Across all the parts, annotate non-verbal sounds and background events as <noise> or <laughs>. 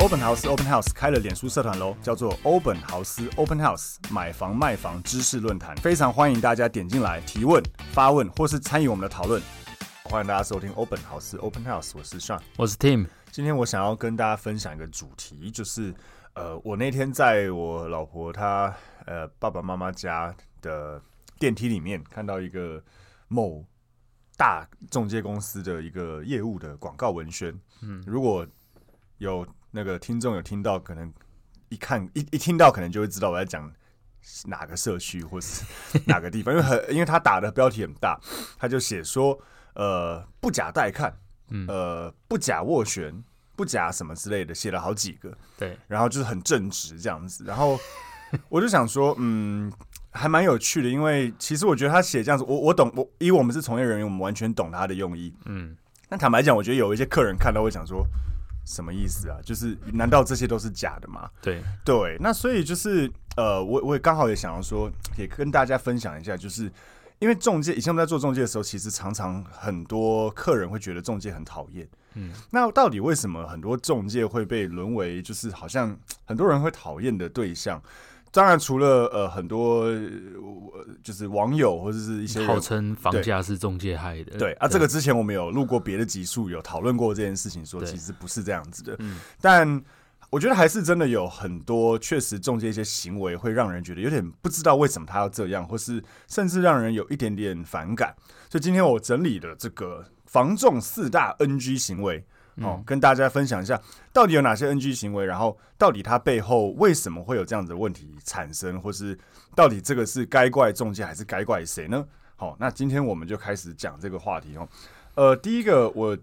欧本豪斯 Open House 开了脸书社团喽，叫做欧本豪斯 Open House 买房卖房知识论坛，非常欢迎大家点进来提问、发问或是参与我们的讨论。欢迎大家收听欧本豪斯 Open House，我是 Sean。我是 Tim，今天我想要跟大家分享一个主题，就是呃，我那天在我老婆她呃爸爸妈妈家的电梯里面看到一个某大中介公司的一个业务的广告文宣。嗯，如果有那个听众有听到，可能一看一一听到，可能就会知道我在讲哪个社区或是哪个地方，因为很因为他打的标题很大，他就写说呃不假带看，呃不假斡旋，不假什么之类的，写了好几个。对，然后就是很正直这样子，然后我就想说， <laughs> 嗯，还蛮有趣的，因为其实我觉得他写这样子，我我懂，我以我们是从业人员，我们完全懂他的用意，嗯，但坦白讲，我觉得有一些客人看到会想说，什么意思啊？就是难道这些都是假的吗？对， <laughs> 对，那所以就是呃，我我也刚好也想要说，也跟大家分享一下，就是因为中介以前我们在做中介的时候，其实常常很多客人会觉得中介很讨厌。嗯，那到底为什么很多中介会被沦为就是好像很多人会讨厌的对象？当然，除了呃很多呃就是网友或者是一些人号称房价是中介害的，对啊，这个之前我们有录过别的集数，有讨论过这件事情，说对其实不是这样子的。但我觉得还是真的有很多确实中介一些行为会让人觉得有点不知道为什么他要这样，或是甚至让人有一点点反感。所以今天我整理了这个防重四大 NG 行为。哦，跟大家分享一下，到底有哪些 NG 行为，然后到底它背后为什么会有这样子的问题产生，或是到底这个是该怪中介还是该怪谁呢？好，那今天我们就开始讲这个话题哦。呃，第一个我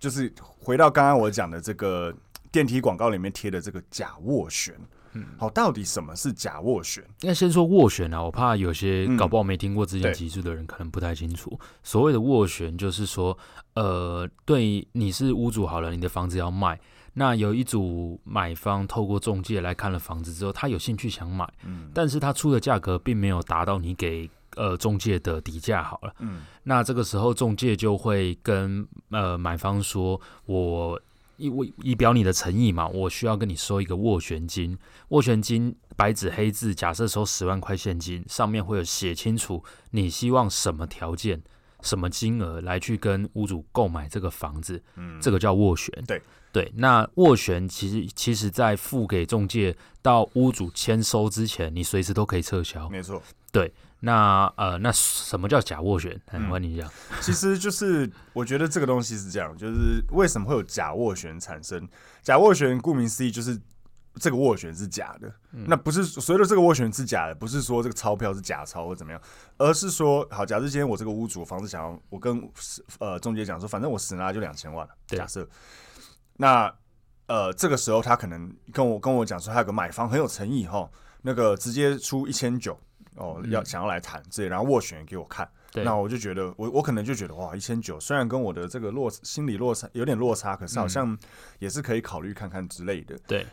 就是回到刚刚我讲的这个电梯广告里面贴的这个假斡旋。嗯，好，到底什么是假斡旋？应该先说斡旋啊，我怕有些嗯搞不好没听过之前对集数的人可能不太清楚。所谓的斡旋，就是说，呃，对，你是屋主好了，你的房子要卖，那有一组买方透过中介来看了房子之后，他有兴趣想买，嗯但是他出的价格并没有达到你给呃中介的底价好了，嗯，那这个时候中介就会跟呃买方说，我以我以表你的诚意嘛，我需要跟你收一个斡旋金，斡旋金白纸黑字，假设收十万块现金，上面会有写清楚你希望什么条件。什么金额来去跟屋主购买这个房子？嗯，这个叫斡旋。对对，那斡旋其实其实，在付给中介到屋主签收之前，你随时都可以撤销。没错，那呃，那什么叫假斡旋？哎嗯我跟你讲，其实就是我觉得这个东西是这样，就是为什么会有假斡旋产生？假斡旋顾名思义就是这个斡旋是假的，那不是随着这个斡旋是假的，不是说这个钞票是假钞或怎么样，而是说，好，假设今天我这个屋主房子想要，我跟呃中介讲说，反正我实拿就两千万了，对假设那呃这个时候他可能跟我跟我讲说，他有个买方很有诚意哈，那个直接出一千九哦，要想要来谈这，然后斡旋给我看。对那我就觉得，我我可能就觉得哇，一千九，虽然跟我的这个落心理落差有点落差，可是嗯好像也是可以考虑看看之类的。对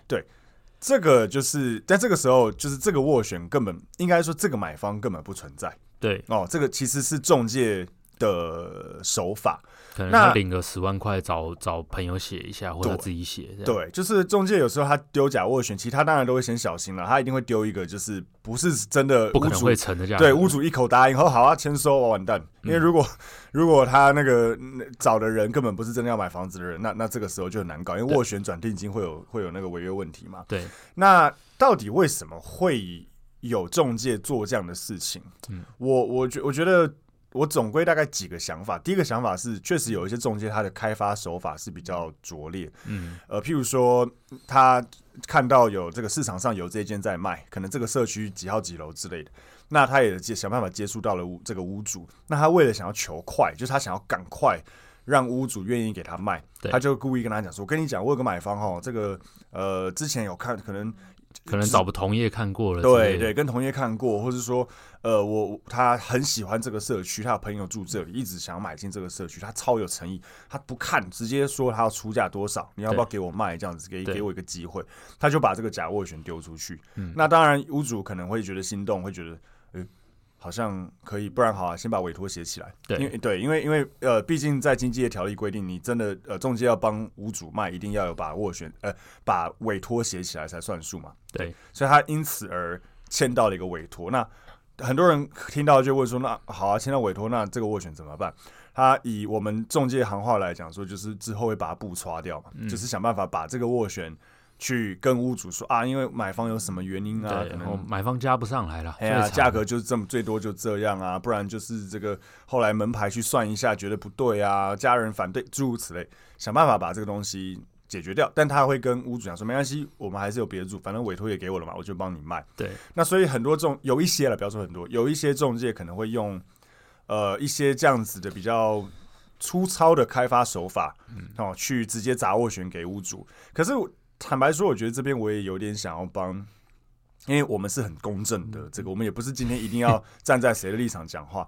这个就是在这个时候，就是这个斡旋根本应该说这个买方根本不存在对，哦，这个其实是中介的手法。可能那他领个十万块找找朋友写一下，或者对他自己写这样。对，就是中介有时候他丢假斡旋，其他当然都会先小心了，他一定会丢一个就是不是真的不可屋能主会成的价格。对屋主一口答应，哦好啊，签收，完蛋。因为如果、 <laughs> 如果他那个嗯找的人根本不是真的要买房子的人，那那这个时候就很难搞，因为对斡旋转定金会有会有那个违约问题嘛。对，那到底为什么会有中介做这样的事情？嗯我我觉我觉得我总归大概几个想法。第一个想法是，确实有一些中介他的开发手法是比较拙劣，嗯，呃，譬如说他看到有这个市场上有这间在卖，可能这个社区几号几楼之类的，那他也接想办法接触到了屋这个屋主，那他为了想要求快，就是他想要赶快让屋主愿意给他卖，对他就故意跟他讲说：“我跟你讲，我有个买方哦，这个呃之前有看可能。”可能找不同业看过了之对类的。对，跟同业看过，或是说，呃，我我他很喜欢这个社区，他有朋友住这里，一直想要买进这个社区，他超有诚意，他不看，直接说他要出价多少，你要不要给我卖这样子，给对嗯给我一个机会，他就把这个假斡旋丢出去。那当然，屋主可能会觉得心动，会觉得，呃，好像可以，不然好啊，先把委托写起来。对因为对，因为因为呃，毕竟在经济的条例规定，你真的呃，中介要帮屋主卖，一定要有把握选呃，把委托写起来才算数嘛。对，所以他因此而签到了一个委托。那很多人听到就问说：“那好啊，签到委托，那这个斡旋怎么办？”他以我们中介行话来讲说，就是之后会把它布刷掉嘛，嗯就是想办法把这个斡旋去跟屋主说啊，因为买方有什么原因啊，对，可然后能买方加不上来了，哎呀最惨价格就是这么最多就这样啊，不然就是这个后来门牌去算一下觉得不对啊，家人反对诸如此类，想办法把这个东西解决掉。但他会跟屋主讲说，没关系，我们还是有别的住，反正委托也给我了嘛，我就帮你卖。对，那所以很多中有一些了，不要说很多，有一些中介可能会用呃一些这样子的比较粗糙的开发手法，哦，去直接砸斡旋给屋主。可是我坦白说，我觉得这边我也有点想要帮，因为我们是很公正的，这个我们也不是今天一定要站在谁的立场讲话。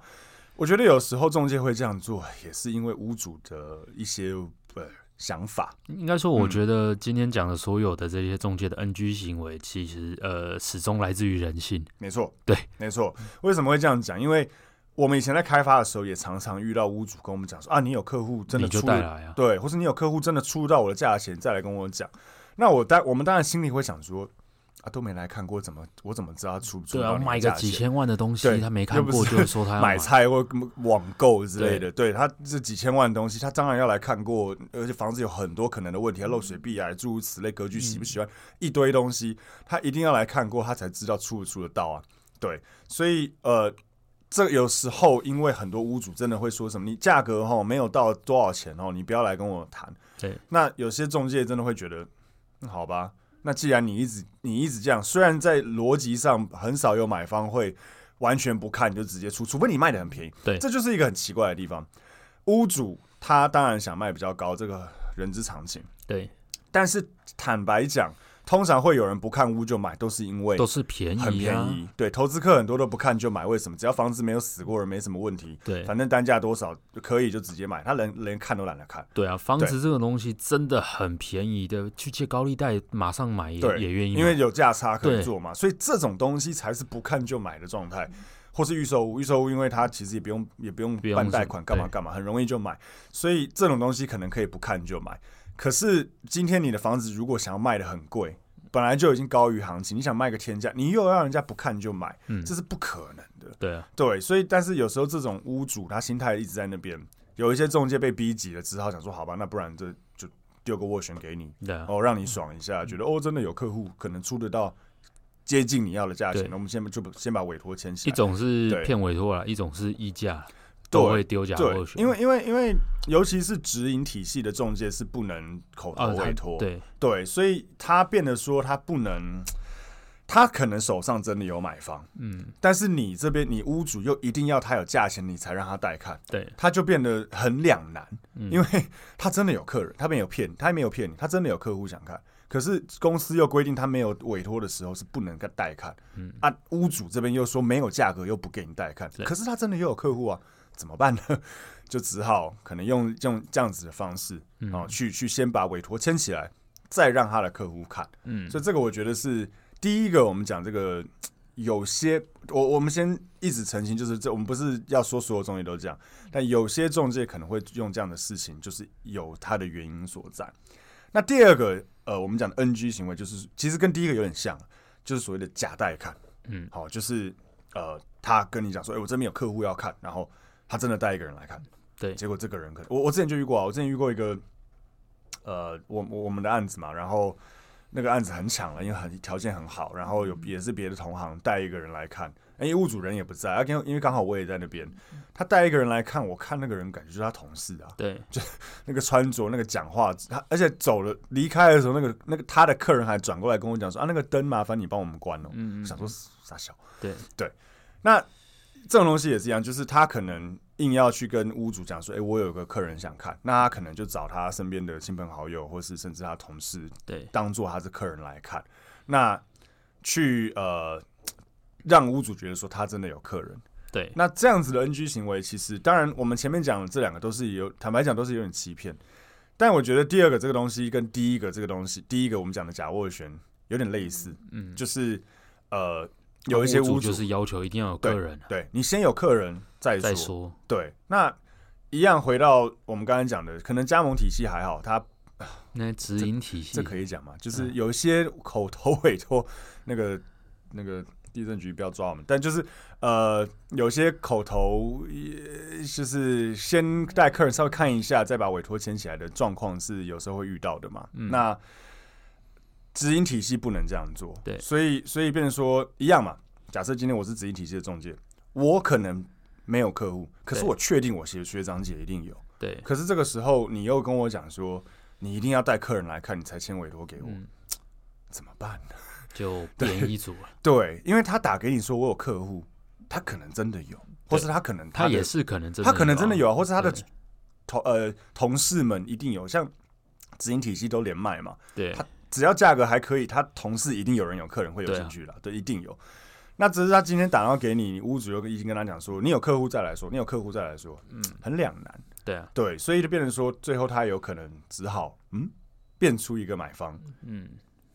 我觉得有时候中介会这样做，也是因为屋主的一些呃想法，应该说，我嗯觉得今天讲的所有的这些中介的 NG 行为，其实呃，始终来自于人性。没错，对，没错。为什么会这样讲？因为我们以前在开发的时候，也常常遇到屋主跟我们讲说啊，你有客户真的你就出带来啊对，或是你有客户真的出到我的价钱，再来跟我讲。那我当我们当然心里会想说啊，都没来看过，怎么我怎么知道他出不出对到啊，你的买个价几钱千万的东对西，他没看又不过是就说 <laughs> 他要买菜或网购之类的，对他这几千万的东西，他当然要来看过，而且房子有很多可能的问题，漏水、壁癌、诸如此类，格局嗯喜不喜欢，一堆东西，他一定要来看过，他才知道出不出得到啊。对，所以呃，这有时候因为很多屋主真的会说什么，你价格哈没有到多少钱哦，你不要来跟我谈。对，那有些中介真的会觉得，嗯好吧，那既然你一直你一直这样，虽然在逻辑上很少有买方会完全不看就直接出，除非你卖的很便宜。对这就是一个很奇怪的地方。屋主他当然想卖比较高，这个人之常情。对，但是坦白讲，通常会有人不看屋就买，都是因为都是便宜、啊，很便宜。对，投资客很多都不看就买，为什么？只要房子没有死过人，没什么问题，对反正单价多少可以就直接买，他连连看都懒得看。对啊，房对子这种东西真的很便宜的，去借高利贷马上买也对，也愿意买，因为有价差可以对做嘛，所以这种东西才是不看就买的状态，或是预售屋，预售屋因为它其实也不用也不用不用办贷什么款干嘛对干嘛，很容易就买，所以这种东西可能可以不看就买。可是今天你的房子如果想要卖的很贵，本来就已经高于行情，你想卖个天价，你又要人家不看就买，嗯这是不可能的。对啊，对，所以但是有时候这种屋主他心态一直在那边，有一些中介被逼急了，只好想说好吧，那不然这就丢个斡旋给你，对啊，哦，让你爽一下，觉得哦，真的有客户可能出得到接近你要的价钱，对那我们先就先把委托签起一来。种是对骗委托啦，一种是议价，对都会丢假对斡，旋，因为因为因为，尤其是直营体系的中介是不能口头啊，他委托，对对，所以他变得说他不能，他可能手上真的有买方，嗯，但是你这边你屋主又一定要他有价钱，你才让他带看，对他就变得很两难，因为他真的有客人，他没有骗，他没有骗你，他真的有客户想看，可是公司又规定他没有委托的时候是不能跟带看，啊，屋主这边又说没有价格又不给你带看，可是他真的又有客户啊，怎么办呢？就只好可能用用这样子的方式哦，去去先把委托签起来，再让他的客户看，嗯，所以这个我觉得是第一个，我们讲这个有些我我们先一直澄清，就是这我们不是要说所有中介都这样，但有些中介可能会用这样的事情，就是有它的原因所在。那第二个，呃，我们讲的 NG 行为，就是其实跟第一个有点像，就是所谓的假带看。嗯，好，就是呃，他跟你讲说，哎、我这边有客户要看，然后他真的带一个人来看，对结果这个人可能我我之前就遇过啊，我之前遇过一个，呃，我我我们的案子嘛，然后那个案子很抢了，因为很条件很好，然后有也是别的同行带一个人来看，哎、物主人也不在，啊，因为因为刚好我也在那边，他带一个人来看，我看那个人感觉就是他同事啊，对那个穿着、那个讲话，他而且走了离开的时候，那个那个他的客人还转过来跟我讲说啊，那个灯麻烦你帮我们关了、哦嗯我想说傻小。对那这种东西也是一样，就是他可能硬要去跟屋主讲说，哎、我有个客人想看，那他可能就找他身边的亲朋好友，或是甚至他同事对当做他是客人来看，那去呃让屋主觉得说他真的有客人。对，那这样子的 NG 行为，其实当然我们前面讲的这两个都是有，坦白讲都是有点欺骗。但我觉得第二个这个东西跟第一个这个东西，第一个我们讲的假斡旋有点类似，嗯，就是呃，有一些屋嗯哦主就是要求一定要有客人、啊，对你先有客人再再说。说，对，那一样回到我们刚才讲的，可能加盟体系还好，它那直营体系这可以讲嗯嘛，就是有一些口头委托，那个那个地震局不要抓我们，但就是呃，有些口头呃就是先带客人稍微看一下，再把委托签起来的状况是有时候会遇到的嘛。嗯那直营体系不能这样做，对所以所以变成说一样嘛。假设今天我是直营体系的中介，我可能没有客户，可是对我确定我学学长姐一定有。对，可是这个时候你又跟我讲说，你一定要带客人来看，你才签委托给我，嗯，怎么办呢？就便宜组 <laughs> 了，对，因为他打给你说我有客户，他可能真的有，或是他可能他的也是可能真的他可能真的有啊啊，或是他的对同呃同事们一定有，像直营体系都连卖嘛，对啊他只要价格还可以，他同事一定有人有客人会有对啊兴趣啦，对，一定有。那只是他今天打电话给你，你屋主又已经跟他讲说，你有客户再来说，你有客户再来说，嗯，很两难。对啊，对，所以就变成说，最后他有可能只好嗯变出一个买方，嗯，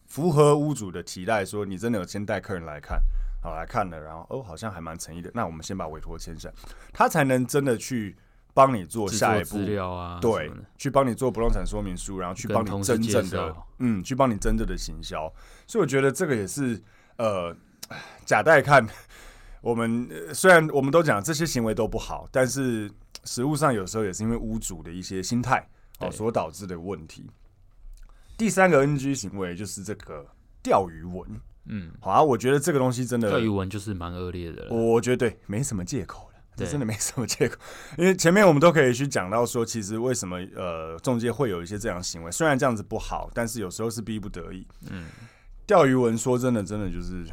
符合屋主的期待，说你真的有先带客人来看，好来看了，然后哦好像还蛮诚意的，那我们先把委托签下，他才能真的去帮你做制下作一步资。料啊，对什么的，去帮你做不动产说明书，然后去跟帮你同事真介正的绍，嗯，去帮你真正的行销。所以我觉得这个也是呃，假带看， <laughs> 我们呃虽然我们都讲这些行为都不好，但是实物上有时候也是因为屋主的一些心态哦对所导致的问题。第三个 NG 行为就是这个钓鱼文，嗯，好啊，我觉得这个东西真的钓鱼文就是蛮恶劣的了，我觉得对，没什么借口了，这对真的没什么借口。因为前面我们都可以去讲到说，其实为什么呃中介会有一些这样的行为，虽然这样子不好，但是有时候是逼不得已。嗯，钓鱼文说真的，真的就是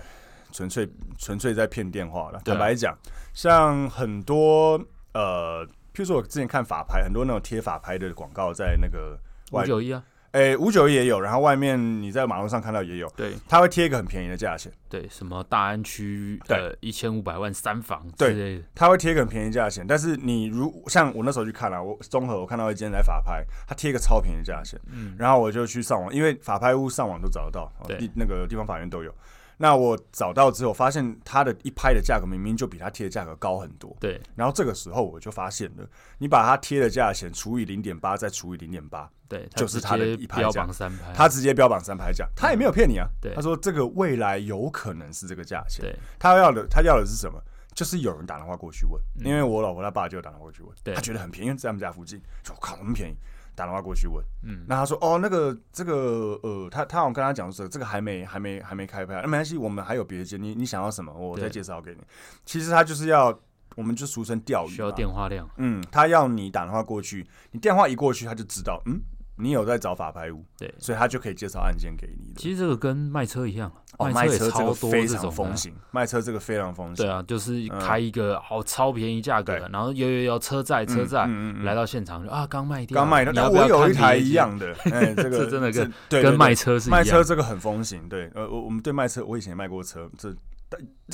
纯粹纯粹在骗电话了。对啊坦白讲，像很多呃，譬如说我之前看法拍，很多那种贴法拍的广告在那个五外，九一啊，诶五九也有，然后外面你在马路上看到也有，对他会贴一个很便宜的价钱。对，什么大安区对呃一千五百万三房之对类的，他会贴一个很便宜价钱，但是你如像我那时候去看了、我综合我看到一间来法拍，他贴一个超便宜的价钱，嗯然后我就去上网，因为法拍屋上网都找得到，哦对地那个地方法院都有。那我找到之后，发现他的一拍的价格明明就比他贴的价格高很多，对然后这个时候我就发现了，你把他贴的价钱除以零点八，再除以零点八，对，就是他直的接一拍标价榜三拍，他直接标榜三拍价，他也没有骗你啊，哎对他说这个未来有可能是这个价钱，对他要的他要的是什么？就是有人打电话过去问，因为我老婆她爸就有打电话过去问，嗯对他觉得很便宜，因为在他们家附近，说靠那么便宜，打电话过去问，嗯，那他说哦那个这个呃，他他好像跟他讲说这个还没还没还没开拍，啊那没关系，我们还有别的间，你你想要什么，我再对介绍给你。其实他就是要，我们就俗称钓鱼嘛，需要电话量，嗯，他要你打电话过去，你电话一过去，他就知道，嗯，你有在找法拍屋，对。所以他就可以介绍案件给你的。其实这个跟卖车一样，啊哦，卖卖也车这超个多非这常种的啊风行，卖车这个非常风行。对啊，就是开一个好超便宜价格对的，然后有有有车载车载嗯嗯嗯来到现场就啊刚卖掉，刚卖的，你但要不我要有一看台别一间，样 <laughs> 的，哎，这个这真的这跟对跟对卖对车是一卖样车这个很风行，对，呃，我我们对卖车，我以前也卖过车，这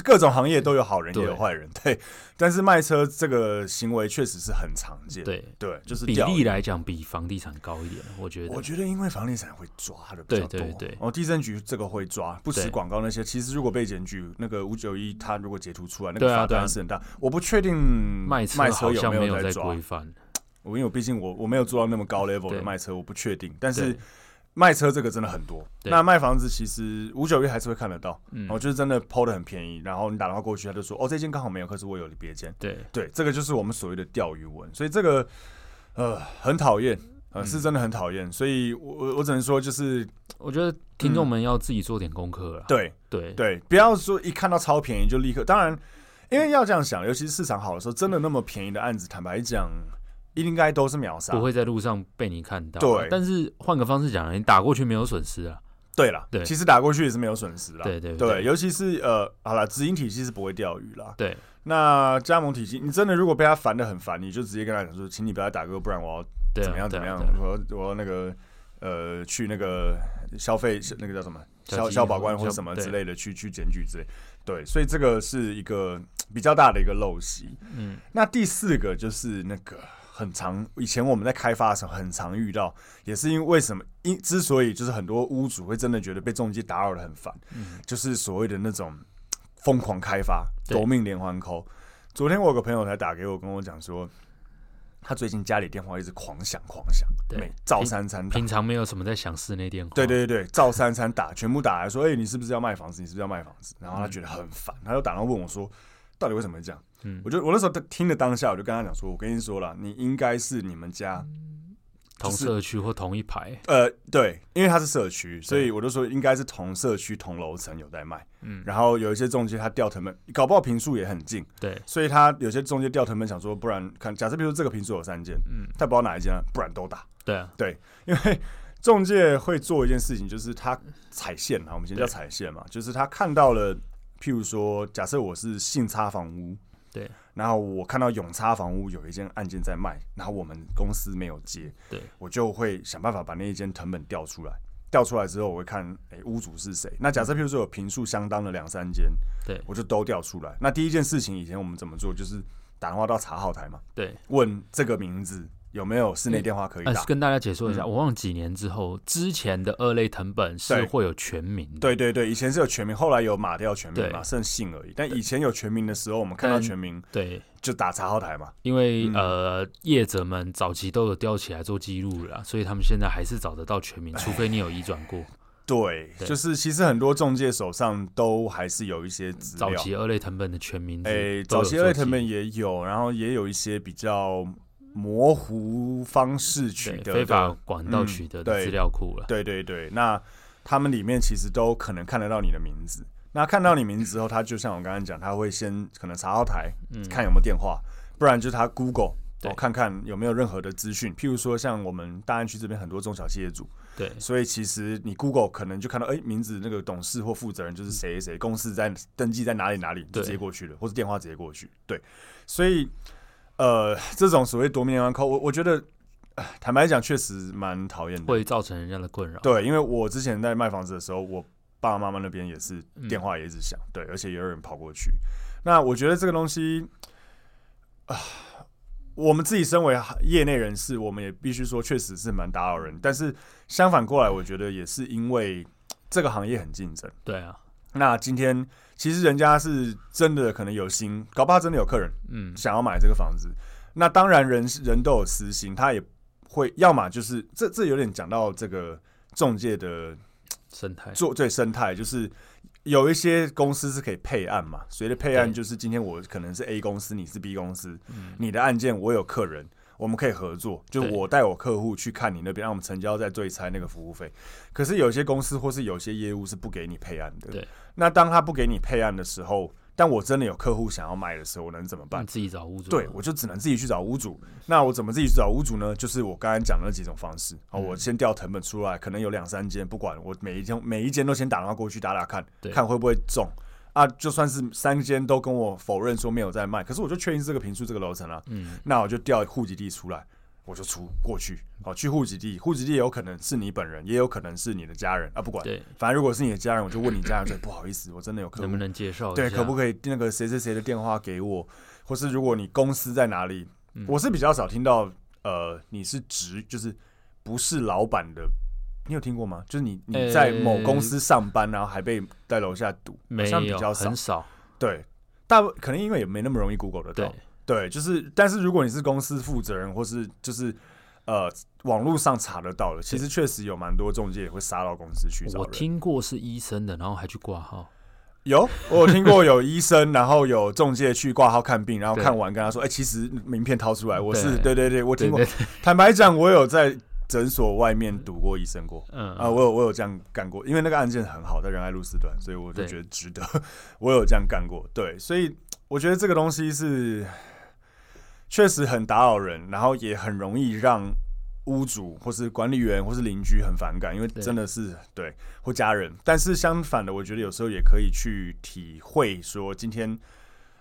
各种行业都有好人也有对坏人，对，但是卖车这个行为确实是很常见，对对，就是比钓例鱼。来讲比房地产高一点，我觉得我觉得因为房地产会抓的比较多，对对对哦，地震局这个会抓，不实对广告那些，其实如果被检举，那个五九一他如果截图出来，那对个啊罚对啊单是很大。我不确定卖车卖好有像没有在抓，规范，我因为我毕竟我我没有做到那么高 level 对的卖车，我不确定。但是对卖车这个真的很多，对那卖房子其实五九一还是会看得到，嗯然后就是真的抛的很便宜，然后你打电话过去，他就说哦这间刚好没有，可是我有别间，对对，这个就是我们所谓的钓鱼文，所以这个呃很讨厌，嗯呃是真的很讨厌，所以我我我只能说就是我觉得听众们要自己做点功课啦，嗯对对对，不要说一看到超便宜就立刻，当然因为要这样想，尤其是市场好的时候，真的那么便宜的案子，坦白讲应该都是秒杀不，会在路上被你看到，啊对但是换个方式讲，你打过去没有损失啊，对了，对其实打过去也是没有损失啦。对对对，尤其是呃，好了，直营体系是不会钓鱼啦。对那加盟体系，你真的如果被他烦的很烦，你就直接跟他讲说，请你不要打给我，不然我要对啊怎么样对怎啊么样对啊，我要我要那个呃去那个消费那个叫什么小消鸡消保官小或者什么对之类的去去检举之类。对，所以这个是一个比较大的一个陋习。嗯，那第四个就是那个很常，以前我们在开发的时候很常遇到，也是因为为什么？因之所以就是很多屋主会真的觉得被中介打扰的很烦，就是所谓的那种疯狂开发，嗯对夺命连环扣。昨天我有个朋友才打给我，跟我讲说，他最近家里电话一直狂响狂响，对每照三餐打。平常没有什么在想室内电话，对对对对，照三餐打，全部打来说，哎、你是不是要卖房子？你是不是要卖房子？然后他觉得很烦，他就打电话问我说，到底为什么会这样？嗯我就我那时候听的当下，我就跟他讲说，我跟你说了，你应该是你们家同就是社区或同一排，呃，对，因为它是社区，所以我就说应该是同社区同楼层有在卖。嗯然后有一些中介他掉成本，搞不好平数也很近，对，所以他有些中介掉成本想说，不然看假设比如说这个平数有三间，嗯，他不知道哪一间啊，不然都打，对啊，因为。中介会做一件事情，就是他踩线啊，我们以前叫嗯对踩线嘛，就是他看到了，譬如说，假设我是信差房屋，对，然后我看到永差房屋有一间案件在卖，然后我们公司没有接，对，我就会想办法把那一间成本调出来。调出来之后，我会看诶、屋主是谁。那假设譬如说有平数相当的两三间，嗯对我就都调出来。那第一件事情，以前我们怎么做，就是打电话到查号台嘛，对，问这个名字有没有室内电话可以呃打。，跟大家解说一下，嗯我忘了几年之后，之前的二类藤本是对会有全名的，对对对，以前是有全名，后来有码掉全名嘛，对剩姓而已。但以前有全名的时候，我们看到但全名对，就打查号台嘛。因为、嗯呃，业者们早期都有吊起来做记录了啦，所以他们现在还是找得到全名，除非你有移转过。对，对就是其实很多中介手上都还是有一些资早料。期二类藤本的全名字都有诶、哎做记录，早期二类成本也有，然后也有一些比较模糊方式取对得的非法管道嗯取得的对资料库了。对对对，那他们里面其实都可能看得到你的名字。那看到你名字之后，他就像我刚才讲，他会先可能查号台、嗯看有没有电话，不然就是他 Google。对哦看看有没有任何的资讯，譬如说像我们大安区这边很多中小企业主，对所以其实你 Google 可能就看到，哎、名字那个董事或负责人就是谁谁谁，公司在登记在哪里哪里，就对直接过去了，或者电话直接过去。对，所以呃，这种所谓夺命连环扣，我我觉得，唉坦白讲，确实蛮讨厌的。会造成人家的困扰。对，因为我之前在卖房子的时候，我爸爸妈妈那边也是电话也一直响，对，而且也有人跑过去。那我觉得这个东西啊我们自己身为业内人士，我们也必须说，确实是蛮打扰人。但是相反过来，我觉得也是因为这个行业很竞争。对啊，那今天其实人家是真的可能有心，搞不好真的有客人嗯，想要买这个房子。那当然人，人都有私心，他也会要么就是这这有点讲到这个中介的生态做对生态，就是有一些公司是可以配案嘛，所谓的配案对嗯就是今天我可能是 A 公司，你是 B 公司，你的案件我有客人。我们可以合作，就对我带我客户去看你那边，让我们成交再对拆那个服务费。可是有些公司或是有些业务是不给你配案的。对，那当他不给你配案的时候，但我真的有客户想要卖的时候，我能怎么办你？自己找屋主。啊对，我就只能自己去找屋主。那我怎么自己去找屋主呢？就是我刚才讲的那几种方式。好，嗯我先调成本出来，可能有两三间，不管我每一间每一间都先打电话过去打打看对，看会不会中。啊，就算是三间都跟我否认说没有在卖，可是我就确定是这个平数这个楼层啊，嗯，那我就调户籍地出来，我就出过去，好去户籍地，户籍地有可能是你本人，也有可能是你的家人啊，不管，对，反正如果是你的家人，我就问你家人说不好意思，我真的有客户能不能介绍一下？对，可不可以那个谁谁谁的电话给我，或是如果你公司在哪里，嗯我是比较少听到呃，你是职就是不是老板的，你有听过吗？就是你你在某公司上班，然后还被在楼下堵，好没像比有，较少很。少。对，大部可能因为也没那么容易 Google 得对到。，对，就是但是如果你是公司负责人，或是就是。呃，网络上查得到的，其实确实有蛮多中介也会杀到公司去找我人。听过是医生的，然后还去挂号。有，我有听过有医生，然后有中介去挂号看病，然后对看完跟他说：“哎、其实名片掏出来，我是对对对对，我对 <laughs> 听过 <laughs> 对。对，坦白讲，我有在诊所外面读过医生过。”嗯啊、我有我有这样干过，因为那个案件很好，在仁爱路四段，所以我就对觉得值得。 <laughs> 我有这样干过，对，所以我觉得这个东西是确实很打扰人，然后也很容易让屋主或是管理员或是邻居很反感，因为对真的是对或家人。但是相反的，我觉得有时候也可以去体会说，今天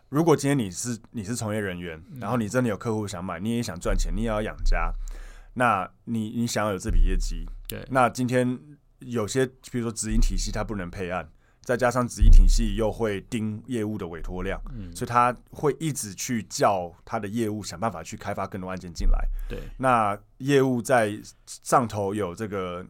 如果今天你是你是从业人员，然嗯后你真的有客户想买，你也想赚钱，你也要养家，那你你想要有这笔业绩，对那今天有些比如说直营体系它不能配案，再加上直营体系又会盯业务的委托量，嗯，所以他会一直去叫他的业务想办法去开发更多案件进来。对那业务在上头有这个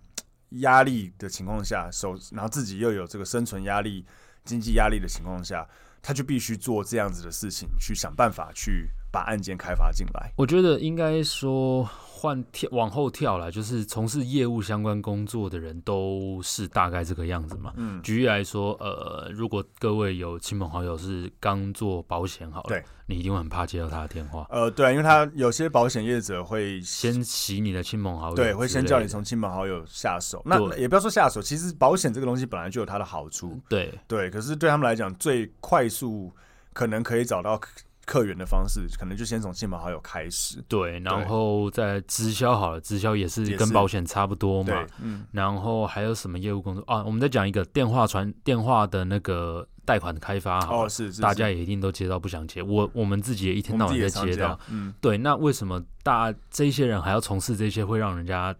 压力的情况下，手然后自己又有这个生存压力，经济压力的情况下，他就必须做这样子的事情，去想办法去把案件开发进来。我觉得应该说换跳往后跳啦，就是从事业务相关工作的人都是大概这个样子嘛。嗯，举例来说，呃，如果各位有亲朋好友是刚做保险好了，对，你一定会很怕接到他的电话，呃，对啊，因为他有些保险业者会先洗你的亲朋好友之类对，的，会先叫你从亲朋好友下手。那对那也不要说下手，其实保险这个东西本来就有它的好处，对对。可是对他们来讲，最快速可能可以找到客客源的方式，可能就先从亲朋好友开始。对，然后再直销好了，直销也是也跟是保险差不多嘛对。，嗯，然后还有什么业务工作啊？我们再讲一个电话传电话的那个贷款开发好了哦，是，是大家是也一定都接到不想接，我我们自己也一我天到们自晚己在也常接这到样。，嗯，对，那为什么大这些人还要从事这些会让人家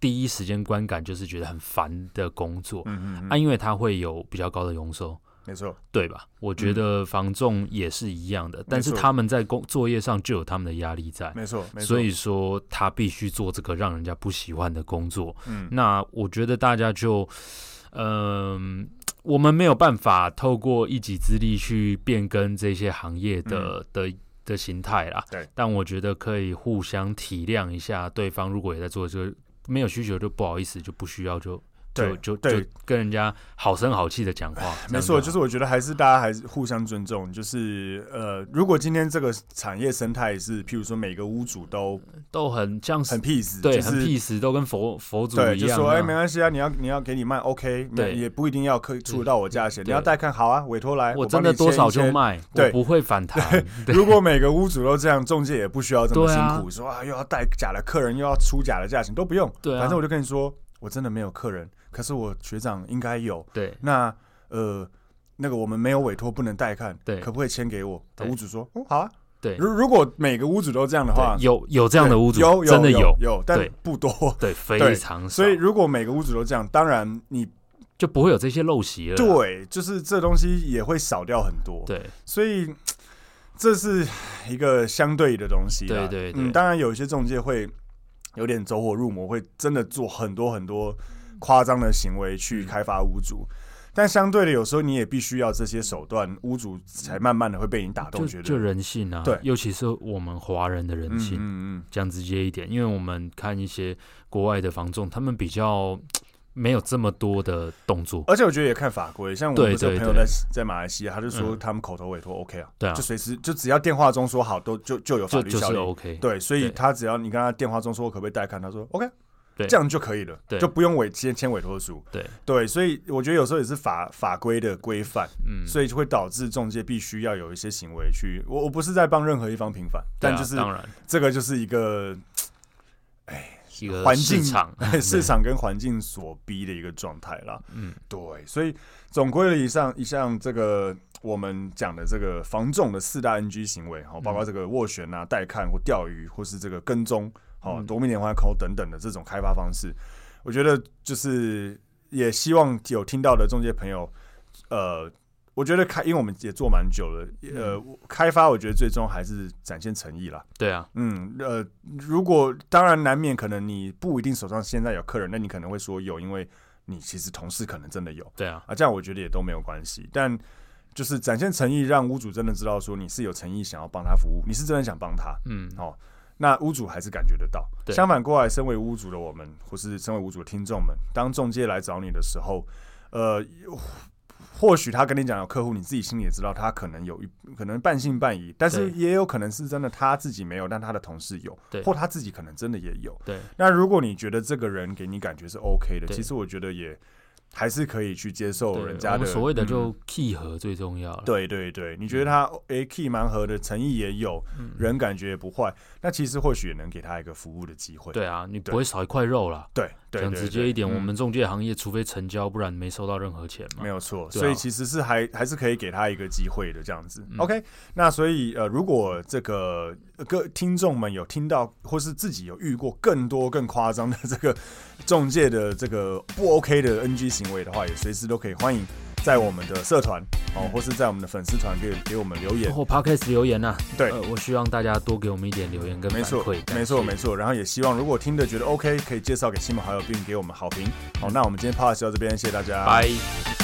第一时间观感就是觉得很烦的工作？嗯嗯啊，嗯，因为它会有比较高的营收，没错，对吧？我觉得房仲也是一样的，但是嗯错他们在工作业上就有他们的压力在，没错，没错。所以说他必须做这个让人家不喜欢的工作。嗯那我觉得大家就，嗯、我们没有办法透过一己之力去变更这些行业的、的的形态啦。嗯对，但我觉得可以互相体谅一下对方，如果也在做这个没有需求就不好意思，就不需要就。就对就就对跟人家好声好气的讲话，这没样错，好就是我觉得还是大家还是互相尊重。就是呃，如果今天这个产业生态是，譬如说每个屋主都都很像是很 peace，对，就很是 peace，都跟佛佛祖对，一就样说哎、啊。没关系啊，你要你要给你卖，OK，对嗯没也不一定要可出得到我价钱，你要带看好啊，委托来，我我真帮的你多签少一就签。卖，我对不会反弹。对如果每个屋主都这样，中介也不需要这么对辛啊苦，说啊又要带假的客人，又要出假的价钱，都不用。对啊反正我就跟你说，我真的没有客人，可是我学长应该有。对那呃，那个我们没有委托，不能代看，对可不可以签给我？对屋主说，哦，好啊。对如如果每个屋主都这样的话，对有有这样的屋主，对有有真的有有，但对不多。对，非对常少，所以如果每个屋主都这样，当然你就不会有这些陋习了啦。对，就是这东西也会少掉很多。，对所以这是一个相对的东西啦。对对对嗯，当然有一些中介会有点走火入魔，会真的做很多很多夸张的行为嗯去开发屋主。但相对的，有时候你也必须要这些手段，屋主才慢慢的会被你打动，觉就得就人性啊，对尤其是我们华人的人嗯性，嗯讲直接一点，因为我们看一些国外的房仲，他们比较没有这么多的动作，而且我觉得也看法规，像我对不是有对朋友对在在马来西亚，他就说嗯他们口头委托 OK 啊，对啊就，随时就只要电话中说好，都就就有法就律就效是力。 OK，对，所以对他只要你跟他电话中说我可不可以带看，他说 OK，对这样就可以了，对就不用委签签委托书。对对，所以我觉得有时候也是法法规的规范，嗯，所以就会导致中介必须要有一些行为去。我我不是在帮任何一方平反，对啊但就是当然这个就是一个一个环市境场 <laughs> 市场跟环境所逼的一个状态啦。嗯，对，所以总归了以上一项这个我们讲的这个防重的四大 NG 行为，好，包嗯括这个斡旋啊、带看或钓鱼，或是这个跟踪，好、嗯夺命连环扣等等的这种开发方式，我觉得就是也希望有听到的中介朋友，呃。我觉得开，因为我们也做蛮久了，嗯呃，开发我觉得最终还是展现诚意啦。对啊，嗯，呃，如果当然难免可能你不一定手上现在有客人，那你可能会说有，因为你其实同事可能真的有 <laughs> 对啊，啊，这样我觉得也都没有关系。但就是展现诚意，让屋主真的知道说你是有诚意想要帮他服务，你是真的想帮他，嗯，哦，那屋主还是感觉得到。对相反过来，身为屋主的我们，或是身为屋主的听众们，当中介来找你的时候，呃，或许他跟你讲有客户，你自己心里也知道，他可能有一可能半信半疑，但是对也有可能是真的他自己没有，但他的同事有对，或他自己可能真的也有。对，那如果你觉得这个人给你感觉是 OK 的，对其实我觉得也还是可以去接受人对，家我的们所谓的嗯就契合最重要了。对对对，你觉得他嗯诶 key 蛮合的，诚意也有，人感觉也不坏，那其实或许也能给他一个服务的机会。对啊，你不对会少一块肉啦。对对讲对，直对接一点，嗯我们中介行业除非成交，不然没收到任何钱嘛没。有错，对啊所以其实是还还是可以给他一个机会的这样子。嗯 OK，那所以呃，如果这个呃各听众们有听到，或是自己有遇过更多更夸张的这个中介的这个不 OK 的 NG 行为的话，也随时都可以欢迎在我们的社团嗯哦，或是在我们的粉丝团给给我们留言然。后哦 podcast 留言呐、啊，对呃，我希望大家多给我们一点留言跟反没错馈，，没错，没错。错。然后也希望如果听的觉得 OK，可以介绍给亲朋好友，并给我们好评。好，那我们今天 p a s s 到这边，谢谢大家，拜。